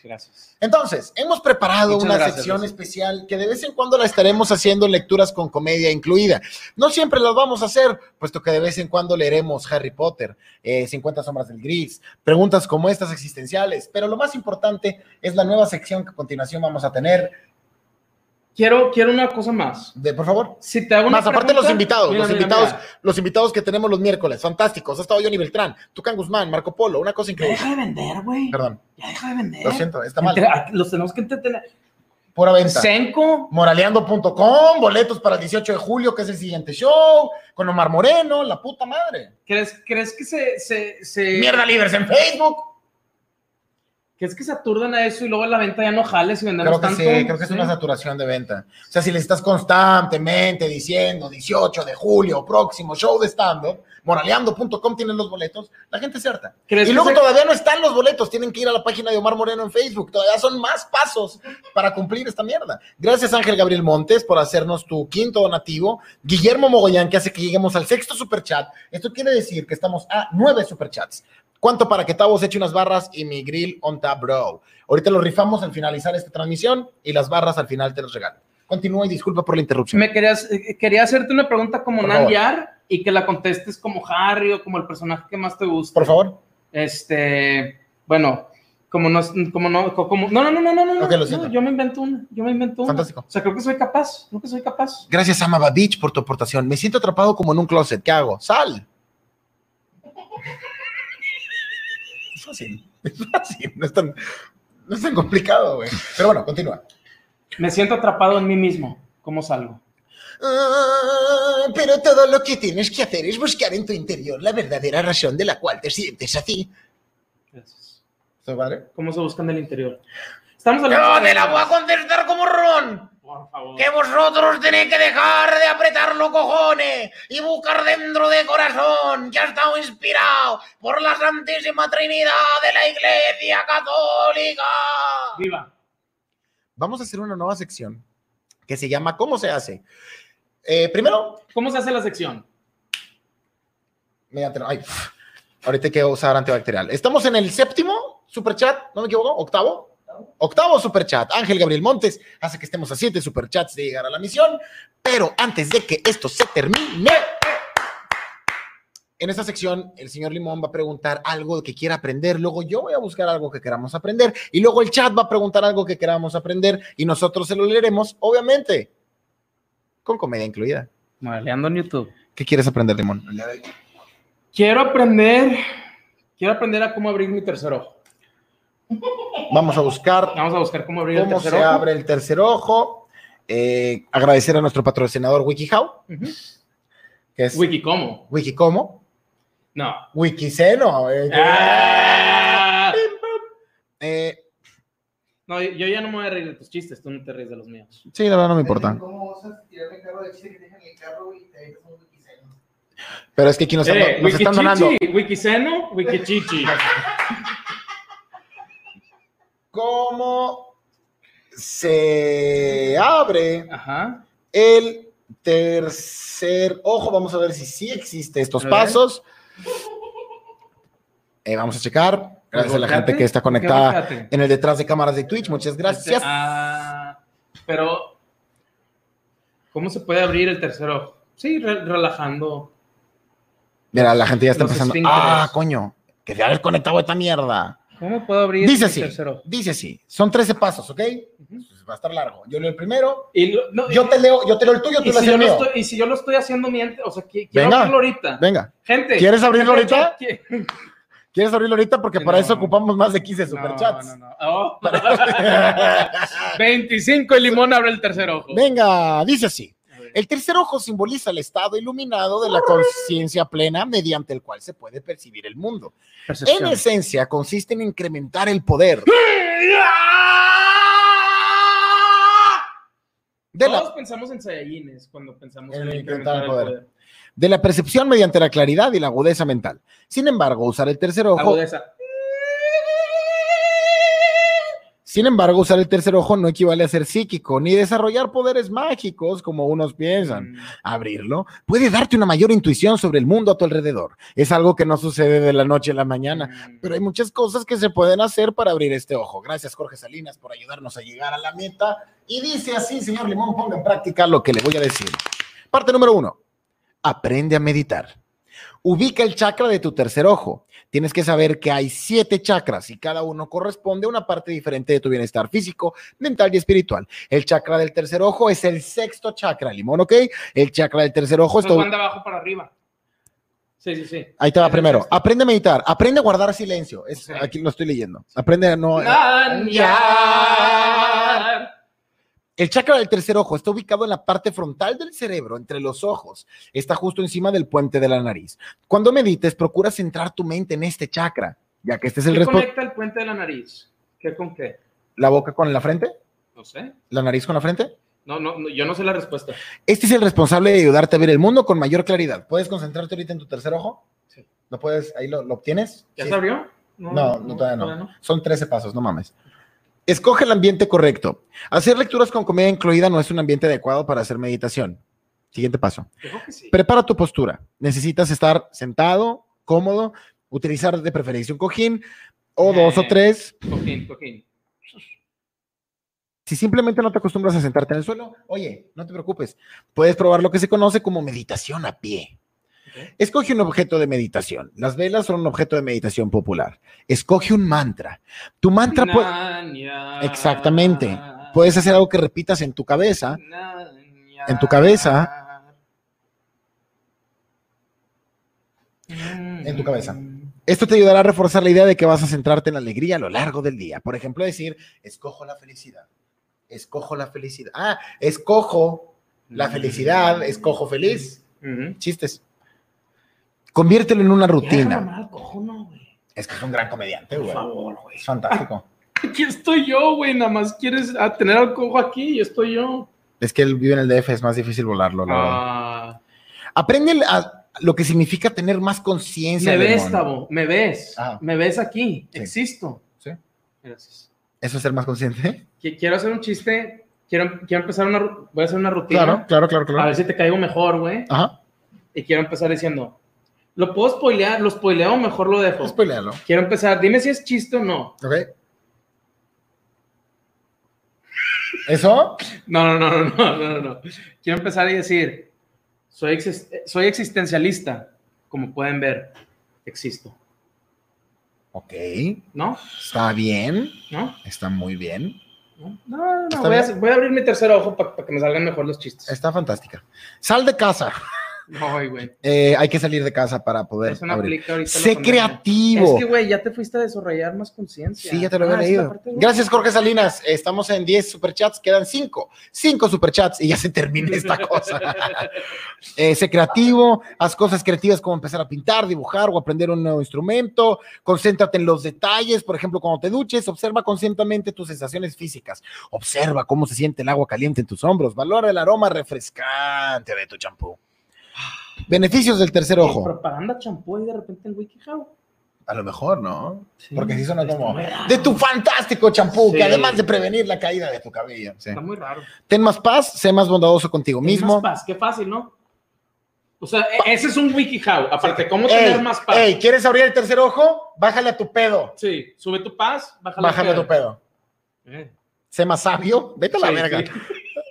Gracias.
Entonces, hemos preparado
Muchas
una
gracias,
sección
Lucy.
especial que de vez en cuando la estaremos haciendo en lecturas con comedia incluida. No siempre las vamos a hacer, puesto que de vez en cuando leeremos Harry Potter, eh, 50 sombras del gris, preguntas como estas existenciales, pero lo más importante es la nueva sección que a continuación vamos a tener.
Quiero, quiero una cosa más.
De, por favor.
Si te hago una
Más aparte
pregunta-
los invitados,
Mira,
los
mira,
invitados,
mira.
los invitados que tenemos los miércoles, fantásticos. Ha estado Johnny Beltrán, Tucán Guzmán, Marco Polo, una cosa
Ya
increíble.
deja de vender, güey.
Perdón,
Ya deja de vender.
lo siento, está mal.
Eh. Entre- ah, Los tenemos que entretener.
Pura venta.
Senco,
Moraleando.com, boletos para el 18 de julio, que es el siguiente show, con Omar Moreno, la puta madre.
¿crees, crees que se, se, se-
Mierda Libres en Facebook.
¿Crees que se aturdan a eso y luego la venta ya no jales y vendemos
Creo que
tanto?
sí, creo que es una saturación de venta. O sea, si le estás constantemente diciendo 18 de julio, próximo show de stand-up, moraleando.com tienen los boletos, la gente se harta. Y
¿Crees Pues que
luego
se-
todavía no están los boletos, tienen que ir a la página de Omar Moreno en Facebook. Todavía son más pasos para cumplir esta mierda. Gracias Ángel Gabriel Montes por hacernos tu quinto donativo. Guillermo Mogollán que hace que lleguemos al sexto superchat. Esto quiere decir que estamos a nueve superchats. ¿Cuánto para que Tavos eche unas barras y mi grill on tap, bro? Ahorita lo rifamos al finalizar esta transmisión y las barras al final te las regalo. Continúa y disculpa por la interrupción.
Me querías, eh, quería hacerte una pregunta como
Por favor.
Nandiar y que la contestes como Harry o como el personaje que más te gusta.
Por favor.
Este, bueno, como no, como no, como, no, no, no, no, no, no,
Ok, lo
no,
siento.
yo me invento una, yo me invento una.
Fantástico.
O sea, creo que soy capaz, creo que soy capaz.
Gracias, Amaba Beach, por tu aportación. Me siento atrapado como en un closet. ¿Qué hago? ¡Sal! Es fácil. Es fácil. No es tan, no es tan complicado, güey. Pero bueno, continúa.
Me siento atrapado en mí mismo. ¿Cómo salgo?
Ah, pero todo lo que tienes que hacer es buscar en tu interior la verdadera razón de la cual te sientes así.
Gracias.
¿Está padre?
¿Cómo se busca en el interior? Estamos hablando.
No, te la voy a contestar como Ron.
Por favor.
Que vosotros tenéis que dejar de apretar los cojones y buscar dentro de corazón que ha estado inspirado por la Santísima Trinidad de la Iglesia Católica.
Viva.
Vamos a hacer una nueva sección que se llama ¿Cómo se hace? Eh, primero,
¿Cómo se hace la sección?
Mediante- ay, pf, ahorita hay que usar antibacterial. Estamos en el séptimo superchat, ¿no me equivoco? ¿Octavo? Octavo superchat. Ángel Gabriel Montes hace que estemos a siete superchats de llegar a la misión. Pero antes de que esto se termine, en esta sección el señor Limón va a preguntar algo que quiera aprender. Luego yo voy a buscar algo que queramos aprender. Y luego el chat va a preguntar algo que queramos aprender. Y nosotros se lo leeremos, obviamente, con comedia incluida.
Modeleando en YouTube.
¿Qué quieres aprender, Limón?
Quiero aprender. Quiero aprender a cómo abrir mi tercer ojo.
Vamos a buscar
Vamos a buscar cómo abrir
cómo
el tercer
se
ojo.
abre el tercer ojo. Eh, agradecer a nuestro patrocinador WikiHow,
Ujú.
que es
Wiki, ¿cómo?
Wikicomo,
No.
Wikiceno. eh,
Ah.
eh,
No, yo ya no me voy a reír de tus chistes, tú no te ríes de los míos.
sí, la verdad no me importa.
¿Cómo osas tirarme el carro de chile que dejan en el carro y te avientas un wikiseno?
Pero es que aquí nos, han-
Eh,
nos están donando.
Wikichichi, Wikiseno, Wikichichi.
¿Cómo se abre
Ajá.
el tercer ojo? Vamos a ver si sí existe estos
A ver.
pasos. Eh, vamos a checar. Gracias a la gente que está conectada
Volcate.
en el detrás de cámaras de Twitch. Muchas
Este,
gracias.
ah, pero, ¿cómo se puede abrir el tercer ojo? Sí, re- relajando.
Mira, la gente ya está
Los
empezando.
esfínteres.
Ah, coño, que de haber conectado esta mierda.
¿Cómo puedo abrir
Dice
el
así,
tercer ojo?
dice así. Son 13 pasos, ¿ok?
Ujú.
Pues Va a estar largo. Yo leo el primero,
Y lo- no,
yo
y-
te leo, yo te leo el tuyo,
y
tú lees
si yo
el
lo
mío.
estoy, y si yo lo estoy haciendo mientras, o sea, qui- quiero
Venga.
abrirlo ahorita.
Venga,
Gente.
¿Quieres abrirlo ahorita?
¿Qui-
¿quieres abrirlo ahorita? Porque para
No.
eso ocupamos más de 15
No,
superchats.
no, no. Oh. 25 el limón abre el tercer ojo.
Venga, dice así.
A ver.
El tercer ojo simboliza el estado iluminado de la conciencia plena mediante el cual se puede percibir el mundo. En esencia, consiste en incrementar el poder de la
Todos pensamos en Saiyajines cuando pensamos
En
en,
el
incrementar el
incrementar el
poder.
de la percepción mediante la claridad y la agudeza mental. Sin embargo, usar el tercer ojo
Agudeza.
Sin embargo, usar el tercer ojo no equivale a ser psíquico, ni desarrollar poderes mágicos como unos piensan.
Mm.
Abrirlo puede darte una mayor intuición sobre el mundo a tu alrededor. Es algo que no sucede de la noche a la mañana, pero hay muchas cosas que se pueden hacer para abrir este ojo. Gracias, Jorge Salinas, por ayudarnos a llegar a la meta. Y dice así, señor Limón, ponga en práctica lo que le voy a decir. Parte número uno, aprende a meditar. Ubica el chakra de tu tercer ojo. Tienes que saber que hay siete chakras y cada uno corresponde a una parte diferente de tu bienestar físico, mental y espiritual. El chakra del tercer ojo es el sexto chakra, limón, ¿ok? El chakra del tercer ojo
Nos
es todo.
van de abajo para arriba. Sí, sí, sí.
Ahí te va
Es el
primero.
sexto.
Aprende a meditar. Aprende a guardar silencio. Es,
Ok.
Aquí lo estoy leyendo. Aprende a no. eh,
Dañar.
El chakra del tercer ojo está ubicado en la parte frontal del cerebro, entre los ojos. Está justo encima del puente de la nariz. Cuando medites, procura centrar tu mente en este chakra, ya que este es el
¿Qué
responsable.
conecta el puente de la nariz? ¿Qué con qué?
¿La boca con la frente?
No sé.
¿La nariz con la frente?
No, no, no, yo no sé la respuesta.
Este es el responsable de ayudarte a ver el mundo con mayor claridad. ¿Puedes concentrarte ahorita en tu tercer ojo?
Sí.
¿Lo puedes? ¿Ahí lo, lo obtienes?
¿Ya
Sí.
se abrió?
No, no, todavía no. Son 13 pasos, no mames. Escoge el ambiente correcto. Hacer lecturas con comida incluida no es un ambiente adecuado para hacer meditación. Siguiente paso.
Creo que sí.
Prepara tu postura. Necesitas estar sentado, cómodo, utilizar de preferencia un cojín o dos o
Eh.
tres.
Cojín, cojín.
Si simplemente no te acostumbras a sentarte en el suelo, oye, no te preocupes. Puedes probar lo que se conoce como meditación a pie.
Ok.
Escoge un objeto de meditación. Las velas son un objeto de meditación popular. Escoge un mantra. Tu mantra puede...
Dañar.
pues, Exactamente. Puedes hacer algo que repitas en tu cabeza.
Dañar.
en tu cabeza.
En
tu cabeza. Esto te ayudará a reforzar la idea de que vas a centrarte en la alegría a lo largo del día. Por ejemplo, decir, escojo la felicidad. Escojo la felicidad. Ah, escojo la felicidad, escojo feliz.
Ujú.
Chistes. Conviértelo en una
Déjame
rutina.
mamar al cojono, güey.
Es que es un gran comediante,
Por
güey.
favor, güey.
Es fantástico.
Aquí estoy yo, güey. Nada más quieres a tener al cojo aquí y estoy yo.
Es que él vive en el DF, es más difícil volarlo, la verdad.
Ah,
Aprende a lo que significa tener más conciencia.
me
del
ves,
mundo.
Tabo. Me ves.
Ajá.
Me ves aquí.
Ah. Sí.
Existo.
Sí.
Gracias.
Eso es ser más consciente.
Qui- Quiero hacer un chiste. Quiero, quiero empezar una. ru- Voy a hacer una rutina.
Claro, claro, claro,
A
claro.
ver si te caigo mejor, güey.
Ajá.
Y quiero empezar diciendo. ¿Lo puedo spoilear? ¿Lo spoileo o mejor lo dejo?
Spoilealo.
Quiero empezar. Dime si es chiste o no.
¿Ok? ¿Eso?
No, no, no, no, no, no, no, no. Quiero empezar y decir, soy, exis- soy existencialista, como pueden ver, existo,
Ok.
¿no?
Está bien.
¿No?
Está muy bien.
No, no, no,
Está
voy, a,
bien.
voy a abrir mi tercer ojo para que me salgan mejor los chistes.
Está fantástica. Sal de casa.
No, ay, güey.
Eh, hay que salir de casa para poder
Eso no
abrir.
aplica ahorita. la
Sé
pandemia.
creativo.
Es que, güey, ya te fuiste a desarrollar más conciencia.
Sí, ya te lo había
Ah, es la
leído.
parte de-
Gracias, Jorge Salinas. Estamos en 10 superchats, quedan 5. 5 superchats y ya se termina esta cosa. Eh, sé creativo, haz cosas creativas como empezar a pintar, dibujar o aprender un nuevo instrumento. Concéntrate en los detalles, por ejemplo, cuando te duches, observa conscientemente tus sensaciones físicas. Observa cómo se siente el agua caliente en tus hombros. Valora el aroma refrescante de tu champú. Beneficios del tercer
Eh,
ojo.
Propaganda champú y de repente en WikiHow.
A lo mejor, ¿no?
Sí.
Porque sí suena como
Está muy
de tu fantástico champú,
Sí.
que además de prevenir la caída de tu cabello. sí.
Está muy raro.
Ten más paz, sé más bondadoso contigo
Más
mismo.
paz, qué fácil, ¿no? O sea, e- ese es un WikiHow. Aparte, ¿cómo
Ey,
tener más paz?
ey, ¿quieres abrir el tercer ojo? Bájale a tu pedo.
Sí, sube tu paz, bájale,
Bájale a tu pedo.
Eh,
Sé más sabio. Vete a la verga.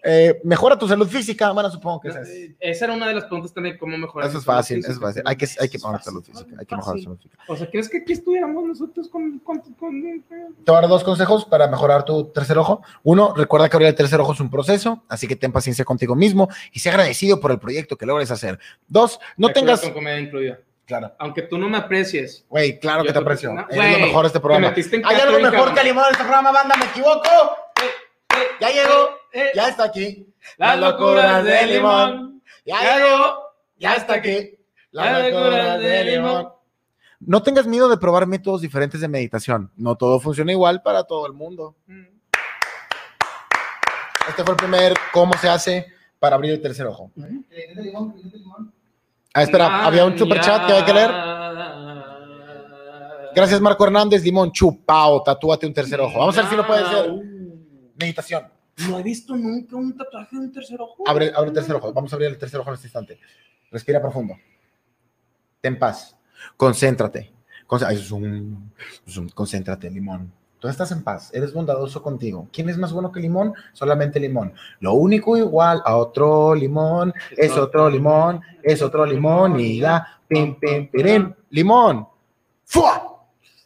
Eh, mejora tu salud física. Bueno, supongo que es eso.
Esa era una de las preguntas también, cómo mejorar.
Eso
la
es fácil,
salud
eso es
física.
fácil. Hay que, hay que
Eso es
mejorar salud
fácil,
física.
muy
Hay que mejorar
fácil.
salud física.
O sea, ¿crees que aquí estuviéramos nosotros con... con, con- con-
Te voy a dar dos consejos para mejorar tu tercer ojo. Uno, recuerda que abrir el tercer ojo es un proceso, así que ten paciencia contigo mismo y sé agradecido por el proyecto que logres hacer. Dos, no
Recuerda
tengas.
Con comedia incluida.
Claro.
Aunque tú no me aprecies.
Güey, claro
Yo
que te
creo que
aprecio.
no.
Es
Güey,
lo mejor de este
te
programa.
metiste en
Hay algo
catering,
mejor
cabrón.
que animar este programa, banda. ¿Me equivoco? Ya llegó. Ya está aquí.
eh, las locuras de limón.
Ya
Ya
llegó.
llegó.
Ya está aquí.
La locura de limón.
No tengas miedo de probar métodos diferentes de meditación. No todo funciona igual para todo el mundo.
Mm.
Este fue el primer cómo se hace para abrir el tercer ojo.
Creyente de limón, creyente de limón.
Ah, espera, había un superchat que había que leer. Gracias, Marco Hernández. Limón, chupao, tatúate un tercer ojo. Vamos a ver si lo puede hacer. Meditación.
No he visto nunca un tatuaje de un tercer ojo.
Abre, abre el tercer ojo. Vamos a abrir el tercer ojo en este instante. Respira profundo. Ten paz. Concéntrate. Conce- ay, zoom, zoom. Concéntrate, limón. Tú estás en paz. Eres bondadoso contigo. ¿Quién es más bueno que limón? Solamente limón. Lo único igual a otro limón es otro limón, es otro limón y ya. Pim, pim, pirim. Limón. ¡Fua!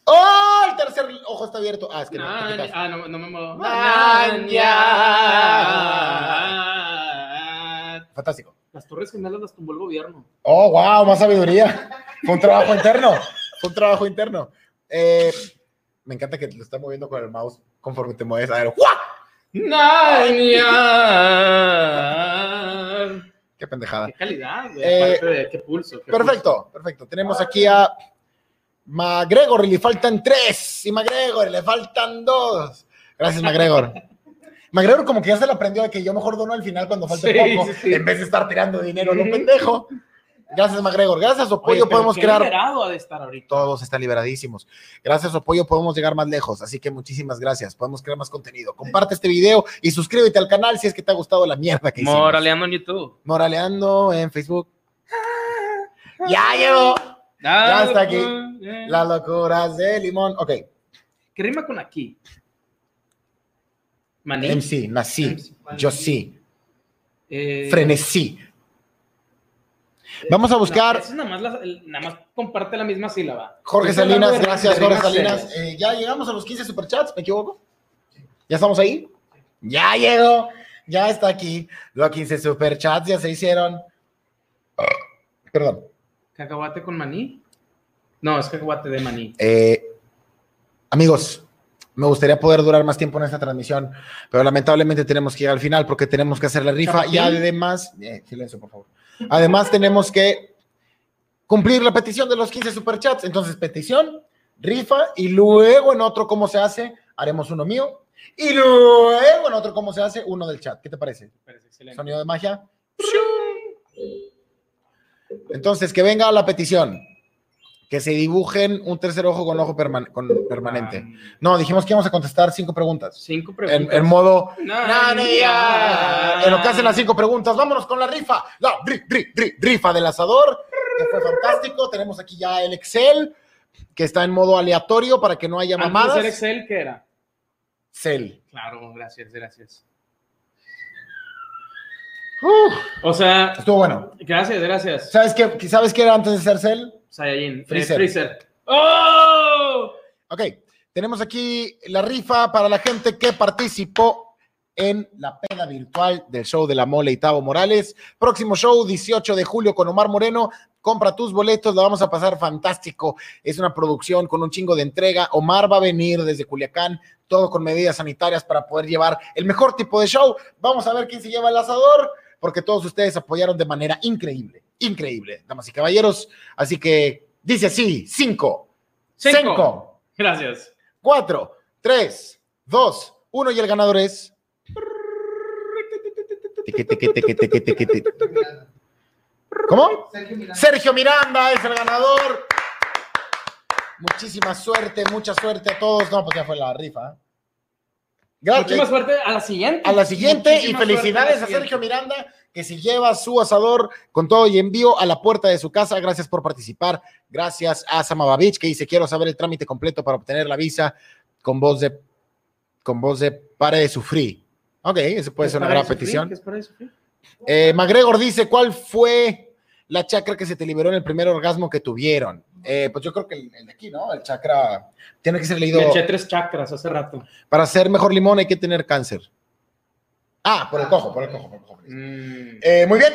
¡Oh! El tercer ojo está abierto. Ah, es que no. te
Nan-
picas.
Ah, no, no me muevo.
Nanya. Fantástico.
Las Torres Gemelas las tumbó el gobierno.
Oh, wow, más sabiduría. Fue un trabajo interno. Fue un trabajo interno. Eh, me encanta que lo está moviendo con el mouse conforme te mueves. A ver, ¡guau!
Nanya.
¡Qué pendejada!
Qué calidad, güey.
Ah. Eh,
Aparte de- qué pulso. qué
Perfecto, perfecto. Tenemos aquí a McGregor y le faltan tres. Y McGregor le faltan dos. Gracias, McGregor. McGregor como que ya se le aprendió de que yo mejor dono al final cuando falte
Sí,
poco,
sí, sí.
en vez de estar tirando dinero a lo pendejo. Gracias, McGregor. Gracias a su
Oye,
apoyo
pero
podemos
qué
crear
liberado ha de estar ahorita.
todos están liberadísimos. Gracias a su apoyo podemos llegar más lejos, así que muchísimas gracias. Podemos crear más contenido. Comparte este video y suscríbete al canal si es que te ha gustado la mierda que hicimos.
Moraleando en YouTube.
Moraleando en Facebook. Ya llegó
Ah,
está aquí.
eh.
las locuras de limón. Ok,
¿Qué rima con aquí? Maní.
MC, nací, yo sí,
Eh,
frenesí. Vamos a buscar
No, eso es nada, más las- el- nada más comparte la misma sílaba.
Jorge
Estoy hablando
Salinas.
de-
Gracias,
de
Jorge
rimas
Salinas.
serias.
Eh, ya llegamos a los 15 superchats, ¿me equivoco? ¿Ya estamos ahí? Ya llegó, ya está aquí. Los 15 superchats ya se hicieron. Perdón.
¿Cacahuate con maní? No, es cacahuate de maní.
Eh, amigos, me gustaría poder durar más tiempo en esta transmisión, pero lamentablemente tenemos que llegar al final porque tenemos que hacer la rifa y
Chapatín.
además, eh, silencio por favor, además tenemos que cumplir la petición de los 15 superchats, entonces petición, rifa y luego en otro cómo se hace, haremos uno mío y luego en otro cómo se hace, uno del chat, ¿qué te parece?
Parece excelente.
Sonido de magia. Entonces, que venga la petición. Que se dibujen un tercer ojo con ojo perman- con permanente.
Ah,
No, dijimos que íbamos a contestar cinco preguntas.
cinco
En,
preguntas.
en modo.
Nah,
"Nania". En lo que hacen las cinco preguntas, vámonos con la rifa. La ri- ri- ri- rifa del asador, que fue fantástico. Tenemos aquí ya el Excel, que está en modo aleatorio para que no haya
Antes de ser
mamadas.
Excel, ¿qué era?
Excel.
Claro, gracias, gracias.
Uh,
O sea,
estuvo bueno.
gracias, gracias.
¿Sabes qué, ¿Sabes qué era antes de ser Cell?
Saiyajin. eh,
Freezer.
Freezer. ¡Oh!
Ok, tenemos aquí la rifa para la gente que participó en la peda virtual del show de la mole y Tavo Morales. Próximo show, 18 de julio con Omar Moreno. Compra tus boletos, la vamos a pasar fantástico. Es una producción con un chingo de entrega. Omar va a venir desde Culiacán, todo con medidas sanitarias para poder llevar el mejor tipo de show. Vamos a ver quién se lleva el asador, porque todos ustedes apoyaron de manera increíble, increíble, damas y caballeros. Así que dice así, cinco,
Cinco.
cinco
Gracias.
4, 3, 2, 1 y el ganador es. Tiqui, tiqui, tiqui, tiqui, tiqui, tiqui. ¿Cómo?
Sergio Miranda.
Sergio Miranda es el ganador. Muchísima suerte, mucha suerte a todos. No, pues ya fue la rifa.
Muchísima
Gracias.
suerte a la siguiente.
A la siguiente y
Muchísima
felicidades
suerte
a
la
Sergio
siguiente.
Miranda que se lleva su asador con todo y envío a la puerta de su casa. Gracias por participar. Gracias a Samabavich que dice quiero saber el trámite completo para obtener la visa con voz de con voz de pare de sufrir. Ok, eso puede
¿Es
ser una gran
para eso, Free?
petición.
¿Qué es para eso, Free?
Eh, McGregor dice, ¿cuál fue la chakra que se te liberó en el primer orgasmo que tuvieron? Eh, pues yo creo que el, el de aquí, ¿no? El chakra tiene que ser leído.
Me eché tres chakras hace rato.
Para ser mejor limón hay que tener cáncer. Ah, por el cojo, por el cojo, por el cojo.
Mm.
Eh, muy bien.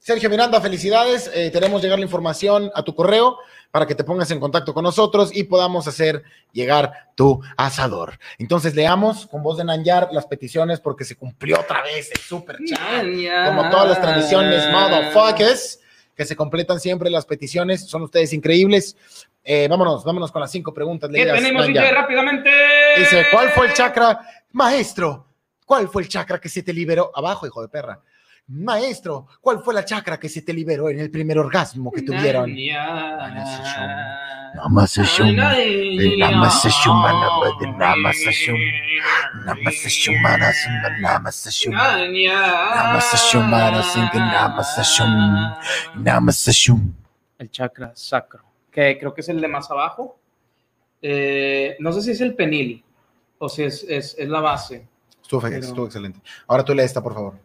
Sergio Miranda, felicidades. Eh, tenemos llegar la información a tu correo para que te pongas en contacto con nosotros y podamos hacer llegar tu asador. Entonces leamos con voz de Nanyar las peticiones porque se cumplió otra vez el super chat. Como todas las tradiciones, motherfuckers, que se completan siempre las peticiones. Son ustedes increíbles. Eh, vámonos, vámonos con las cinco preguntas.
¿Qué
leídas,
tenemos,
Nanyar.
DJ? Rápidamente. Eh.
Dice, ¿cuál fue el chakra? Maestro, ¿cuál fue el chakra que se te liberó? Abajo, hijo de perra. Maestro, ¿cuál fue la chakra que se te liberó en el primer orgasmo que tuvieron?
Narnia.
Bueno, ese show.
más es humana. Nada más es humana, baby. Nada más es humana. Nada más es humana. Nada más es humana. Nada más es humana. Nada más es humana. Nada más es humana.
El chakra sacro, que creo que es el de más abajo. Eh, no sé si es el penil o si es, es, es la base.
Estuvo, fe-
Pero-
estuvo excelente. Ahora tú lee esta, por favor.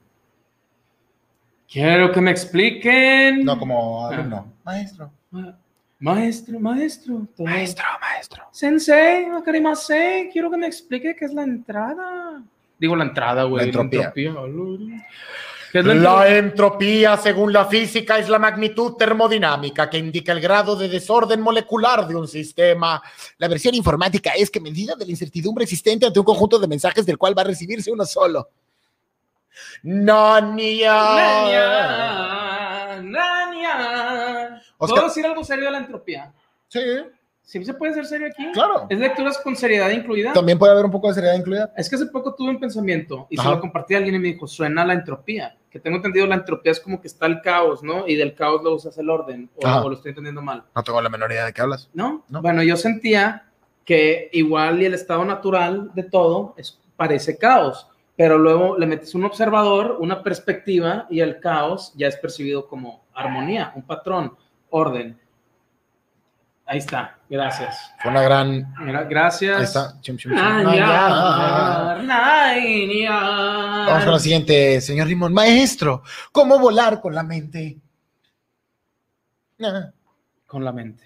Quiero que me expliquen.
No, como alumno. Maestro.
Ma- Maestro, maestro. todo-
Maestro, maestro.
Sensei, Akarimasei, quiero que me explique qué es la entrada. Digo la entrada, güey.
La entropía.
hola. ¿Qué es la entrada?
entropía, según la física, es la magnitud termodinámica que indica el grado de desorden molecular de un sistema. La versión informática es que medida de la incertidumbre existente ante un conjunto de mensajes del cual va a recibirse uno solo. Nania.
Nania, Nania.
Oscar-
¿Puedo decir algo serio de la entropía?
Sí,
¿Sí se puede ser serio aquí?
claro.
¿Es lecturas con seriedad incluida?
También puede haber un poco de seriedad incluida.
Es que hace poco tuve un pensamiento y
Ajá.
se lo compartí a alguien y me dijo, suena a la entropía. Que tengo entendido, la entropía es como que está el caos, ¿no? Y del caos lo usas el orden. O,
Ajá.
o lo estoy entendiendo mal,
No tengo la menor idea de qué hablas.
¿no?
No.
Bueno, yo sentía que igual y el estado natural de todo es, parece caos, pero luego le metes un observador, una perspectiva y el caos ya es percibido como armonía, un patrón, orden. Ahí está, gracias.
Fue una gran.
Mira, gracias.
Ahí está. Chum, chum, Ah, chum.
Ah,
Nania. Vamos
Vamos
con la siguiente, señor Limón. Maestro, ¿cómo volar con la mente? Nah.
Con la mente.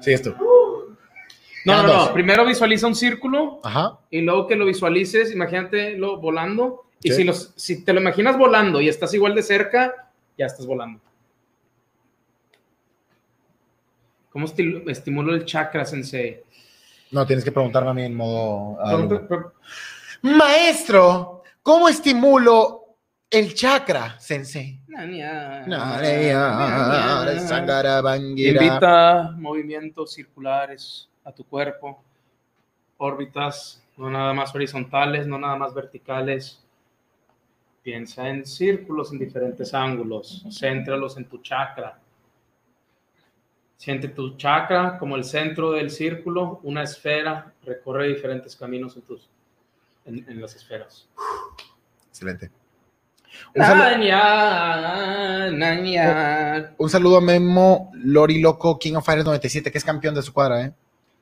Sigues tú.
No, no,
Dos.
no. Primero visualiza un círculo
Ajá.
y luego que lo visualices, imagínate lo volando. Y
Sí.
si, los, si te lo imaginas volando y estás igual de cerca, ya estás volando. ¿Cómo estil- estimulo el chakra, sensei?
No, tienes que preguntarme a mí en modo.
Pregunta-
alumno.
pre-
Maestro, ¿cómo estimulo el chakra, sensei? Narea, sangarabangira.
Invita movimientos circulares a tu cuerpo, órbitas no nada más horizontales, no nada más verticales. Piensa en círculos en diferentes ángulos, céntralos en tu chakra. Siente tu chakra como el centro del círculo, una esfera, recorre diferentes caminos en, tus, en, en las esferas.
Excelente. Un saludo,
Naña, naña.
un saludo a Memo Lori Loco, King of Fighters 97, que es campeón de su cuadra, ¿eh?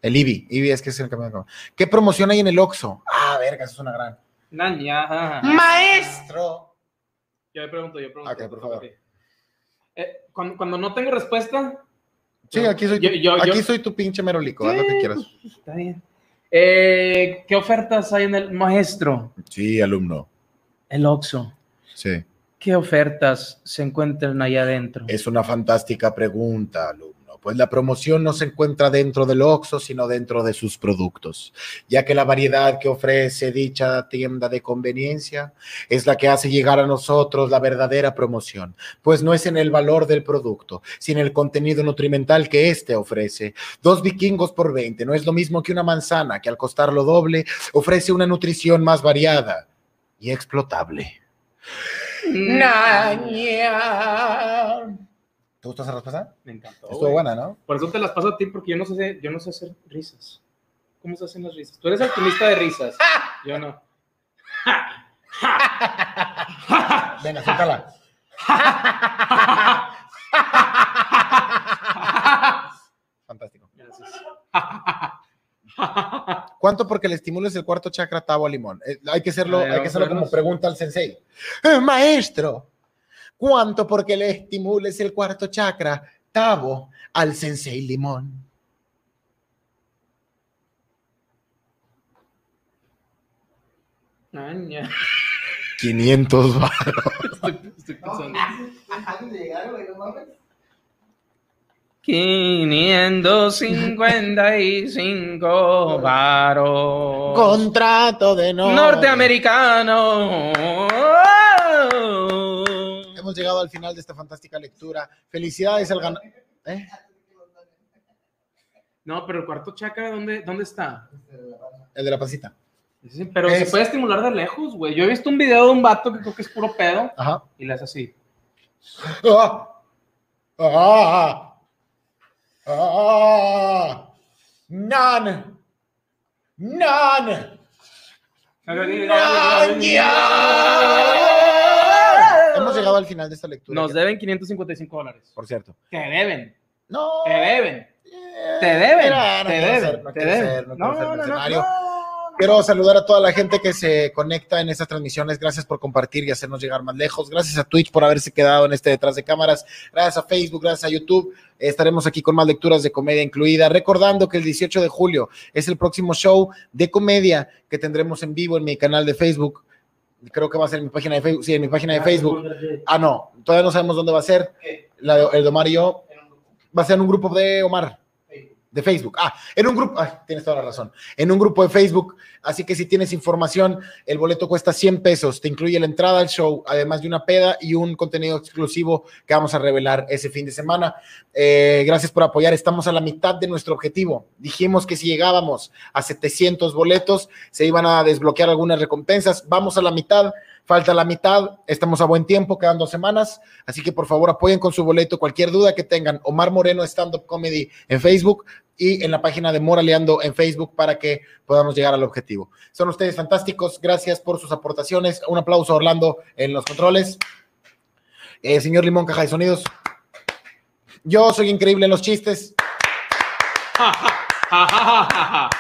El Ibi. Ibi es que es el campeón. de su cuadra. ¿Qué promoción hay en el Oxxo? Ah, verga, eso es una gran.
Naña.
Maestro.
Yo le pregunto, yo pregunto.
Ah, Ok, por favor.
Ok. Eh, cuando, cuando no tengo respuesta.
Sí,
yo-
aquí soy,
yo-
tu,
yo- yo-
aquí soy tu pinche merolico, haz lo que quieras.
Está bien. Eh, ¿Qué ofertas hay en el maestro?
Sí, alumno.
El Oxxo.
Sí.
¿Qué ofertas se encuentran allá adentro?
Es una fantástica pregunta, alumno. Pues la promoción no se encuentra dentro del Oxxo, sino dentro de sus productos, ya que la variedad que ofrece dicha tienda de conveniencia es la que hace llegar a nosotros la verdadera promoción, pues no es en el valor del producto, sino en el contenido nutrimental que éste ofrece. Dos vikingos por 20 no es lo mismo que una manzana, que al costar lo doble ofrece una nutrición más variada y explotable. ¿Te gustó esa respuesta?
Me encantó.
Estuvo
güey.
buena, ¿no?
Por eso te las paso a ti, porque yo no sé, hacer- yo no sé hacer risas. ¿Cómo se hacen las risas? Tú eres alquimista de risas. Yo no.
Venga, suéltala. Fantástico.
Gracias.
¿Cuánto porque el estímulo es el cuarto chakra tabo limón? Eh, hay que hacerlo,
A ver,
hay que
vamos
hacerlo
a
como
vernos.
pregunta al sensei. Eh, maestro, ¿cuánto porque el estímulo es el cuarto chakra tabo al sensei limón?
Naña.
500 va.
Estoy, estoy pensando.
Antes de llegar, güey, no mames.
555 varos.
Contrato de no.
Norteamericano.
Hemos llegado al final de esta fantástica lectura. Felicidades al ganador. ¿Eh?
No, pero el cuarto chakra, ¿dónde, dónde está?
El de la pancita.
Sí, Pero se
Es-
puede estimular de lejos, güey. Yo he visto un video de un vato que creo que es puro pedo
Ajá.
y le hace así.
¡Ah! ¡Ah! ¡Ah! ¡Nan! ¡Nan! ¡Nan! ya! Hemos llegado al final de esta lectura.
Nos deben 555 dólares.
Por cierto.
Te deben,
No.
te deben.
Eh,
Te deben,
mira, no
te
quiero
deben,
ser- no
te
quiero
deben.
ser- no
No,
quiero ser
no, no,
mercenario.
no.
Quiero saludar a toda la gente que se conecta en estas transmisiones. Gracias por compartir y hacernos llegar más lejos. Gracias a Twitch por haberse quedado en este detrás de cámaras. Gracias a Facebook, gracias a YouTube. Estaremos aquí con más lecturas de comedia incluida. Recordando que el 18 de julio es el próximo show de comedia que tendremos en vivo en mi canal de Facebook. Creo que va a ser en mi página de Facebook. Sí, en mi página de Facebook. Ah, no, todavía no sabemos dónde va a ser.
¿Qué?
La de, el de Omar y yo
En un grupo.
va a ser en un grupo de Omar.
Facebook.
De Facebook. Ah, en un grupo, ay, tienes toda la razón. En un grupo de Facebook. Así que si tienes información, el boleto cuesta 100 pesos. Te incluye la entrada al show, además de una peda y un contenido exclusivo que vamos a revelar ese fin de semana. Eh, gracias por apoyar. Estamos a la mitad de nuestro objetivo. Dijimos que si llegábamos a 700 boletos, se iban a desbloquear algunas recompensas. Vamos a la mitad. Falta la mitad, estamos a buen tiempo, quedan dos semanas, así que por favor apoyen con su boleto cualquier duda que tengan. Omar Moreno Stand Up Comedy en Facebook y en la página de Moraleando en Facebook para que podamos llegar al objetivo. Son ustedes fantásticos, gracias por sus aportaciones. Un aplauso a Orlando en los controles. Eh, señor Limón, caja de sonidos. Yo soy increíble en los chistes.
Ja, ja, ja, ja, ja.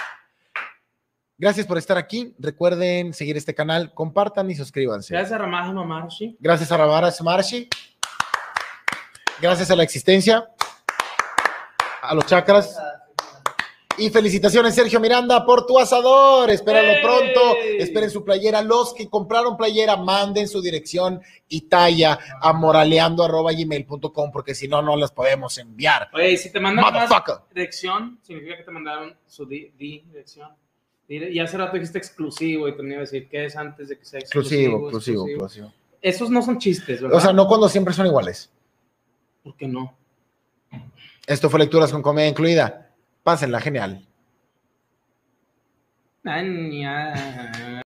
Gracias por estar aquí. Recuerden seguir este canal, compartan y suscríbanse.
Gracias a Ramaj Mamarshi.
Gracias a Ramara Smarshi. Gracias a la existencia. A los chakras. Y felicitaciones, Sergio Miranda, por tu asador. Espéralo
¡Ey!
pronto. Esperen su playera. Los que compraron playera, manden su dirección y talla a moraleando.gmail.com porque si no, no las podemos enviar.
Oye, y si te mandan más
Motherfucker.
dirección, significa que te mandaron su di- di- dirección. Dire- Y hace rato dijiste exclusivo y te iba a decir que es antes de que sea exclusivo.
Exclusivo, exclusivo, exclusivo.
Esos no son chistes, ¿verdad?
O sea, no cuando siempre son iguales.
¿Por qué no?
Esto fue Lecturas con Comedia Incluida. Pásenla, genial.
Ay, ya.